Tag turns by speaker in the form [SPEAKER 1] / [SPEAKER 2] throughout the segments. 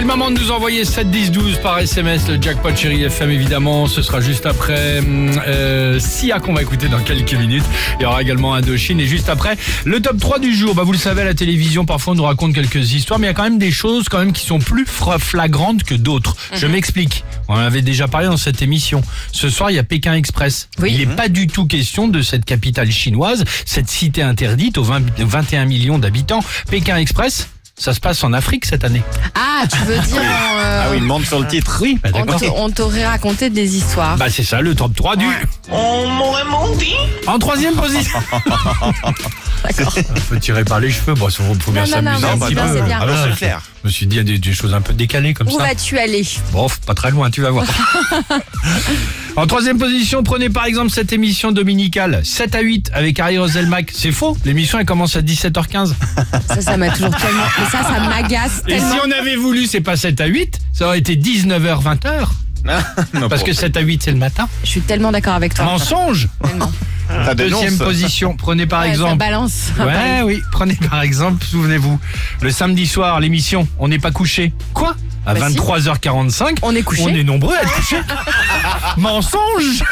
[SPEAKER 1] le moment de nous envoyer 7 10 12 par SMS, le jackpot chéri FM évidemment. Ce sera juste après euh, Sia qu'on va écouter dans quelques minutes. Il y aura également Indochine et juste après le top 3 du jour. Bah vous le savez à la télévision parfois on nous raconte quelques histoires, mais il y a quand même des choses quand même qui sont plus fra- flagrantes que d'autres.
[SPEAKER 2] Mhm.
[SPEAKER 1] Je m'explique. On en avait déjà parlé dans cette émission. Ce soir il y a Pékin Express.
[SPEAKER 2] Oui. Mhm.
[SPEAKER 1] Il est pas du tout question de cette capitale chinoise, cette cité interdite aux 20 21 millions d'habitants. Pékin Express, ça se passe en Afrique cette année.
[SPEAKER 2] Ah, tu veux dire. euh,
[SPEAKER 3] Ah oui, il demande sur le titre.
[SPEAKER 1] Oui, bah
[SPEAKER 2] on
[SPEAKER 1] d'accord.
[SPEAKER 2] te- on t'aurait raconté des histoires.
[SPEAKER 1] Bah c'est ça, le top 3 du...
[SPEAKER 4] On m'aurait menti
[SPEAKER 1] En troisième position Faut tirer par les cheveux, bon, faut faut bien
[SPEAKER 2] Non, non, non,
[SPEAKER 1] s'amuser
[SPEAKER 2] non,
[SPEAKER 1] un
[SPEAKER 2] bah
[SPEAKER 1] petit
[SPEAKER 2] non,
[SPEAKER 1] peu.
[SPEAKER 2] c'est bien.
[SPEAKER 3] Ah non,
[SPEAKER 1] voilà.
[SPEAKER 3] c'est clair.
[SPEAKER 1] Je me suis dit, il y a des, des choses un peu décalées comme
[SPEAKER 2] Où
[SPEAKER 1] ça.
[SPEAKER 2] vas-tu aller
[SPEAKER 1] Bon, f- pas très loin, tu vas voir. en troisième position, prenez par exemple cette émission dominicale, 7 à 8, avec Harry Roselmack. C'est faux, l'émission elle commence à 17h15.
[SPEAKER 2] Ça, ça m'a toujours tellement. Mais ça, ça m'agace
[SPEAKER 1] Et
[SPEAKER 2] tellement.
[SPEAKER 1] si on avait voulu, c'est pas 7 à 8, ça aurait été 19h-20h.
[SPEAKER 3] Non,
[SPEAKER 1] Parce
[SPEAKER 3] pour-
[SPEAKER 1] que 7 à 8, c'est le matin.
[SPEAKER 2] Je suis tellement d'accord avec toi.
[SPEAKER 1] Mensonge
[SPEAKER 3] ça dénonce.
[SPEAKER 1] Deuxième position, prenez par
[SPEAKER 2] Ouais, Ça
[SPEAKER 1] exemple...
[SPEAKER 2] balance. Ah,
[SPEAKER 1] Ouais, oui. Prenez par exemple, souvenez-vous, le samedi soir, l'émission On n'est pas couché. Quoi À
[SPEAKER 2] Bah si.
[SPEAKER 1] 23h45,
[SPEAKER 2] On est couché.
[SPEAKER 1] on est nombreux à être couchés. Mensonge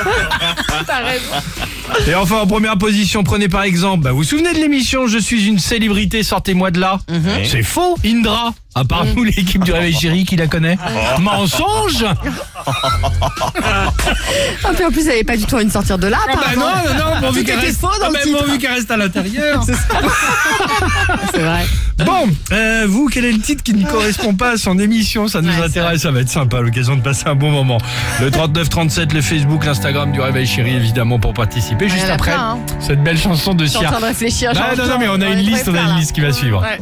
[SPEAKER 2] T'as raison.
[SPEAKER 1] Et enfin, en première position, prenez par exemple, bah, vous vous souvenez de l'émission Je suis une célébrité, sortez-moi de là
[SPEAKER 2] Mhm.
[SPEAKER 1] C'est faux, Indra À part nous, l'équipe du Réveil Chéri qui la connaît.
[SPEAKER 2] Oh.
[SPEAKER 1] Mensonge
[SPEAKER 2] Ah, puis en plus, elle n'avait pas du tout envie de sortir de là,
[SPEAKER 1] Ah bah
[SPEAKER 2] apparemment.
[SPEAKER 1] non, non, non, pourvu
[SPEAKER 2] Tout
[SPEAKER 1] qu'elle
[SPEAKER 2] était
[SPEAKER 1] reste-
[SPEAKER 2] faux dans
[SPEAKER 1] ah
[SPEAKER 2] le
[SPEAKER 1] bah,
[SPEAKER 2] titre.
[SPEAKER 1] pourvu qu'elle reste à l'intérieur.
[SPEAKER 2] C'est vrai.
[SPEAKER 1] Bon, euh, vous, quel est le titre qui ne correspond pas à son émission Ça nous
[SPEAKER 2] Ouais,
[SPEAKER 1] intéresse, ça va être sympa, l'occasion de passer un bon moment. Le 3937, le Facebook, l'Instagram du Réveil Chéri, évidemment, pour participer.
[SPEAKER 2] y
[SPEAKER 1] Juste
[SPEAKER 2] en a
[SPEAKER 1] après,
[SPEAKER 2] plein, hein.
[SPEAKER 1] cette belle chanson de
[SPEAKER 2] Je suis en
[SPEAKER 1] Sia.
[SPEAKER 2] train de réfléchir.
[SPEAKER 1] Ah, non,
[SPEAKER 2] genre,
[SPEAKER 1] non, mais on
[SPEAKER 2] j'en
[SPEAKER 1] a
[SPEAKER 2] ai
[SPEAKER 1] une
[SPEAKER 2] trouvé
[SPEAKER 1] liste, on a
[SPEAKER 2] plein,
[SPEAKER 1] une
[SPEAKER 2] là.
[SPEAKER 1] liste qui va suivre.
[SPEAKER 2] Ouais.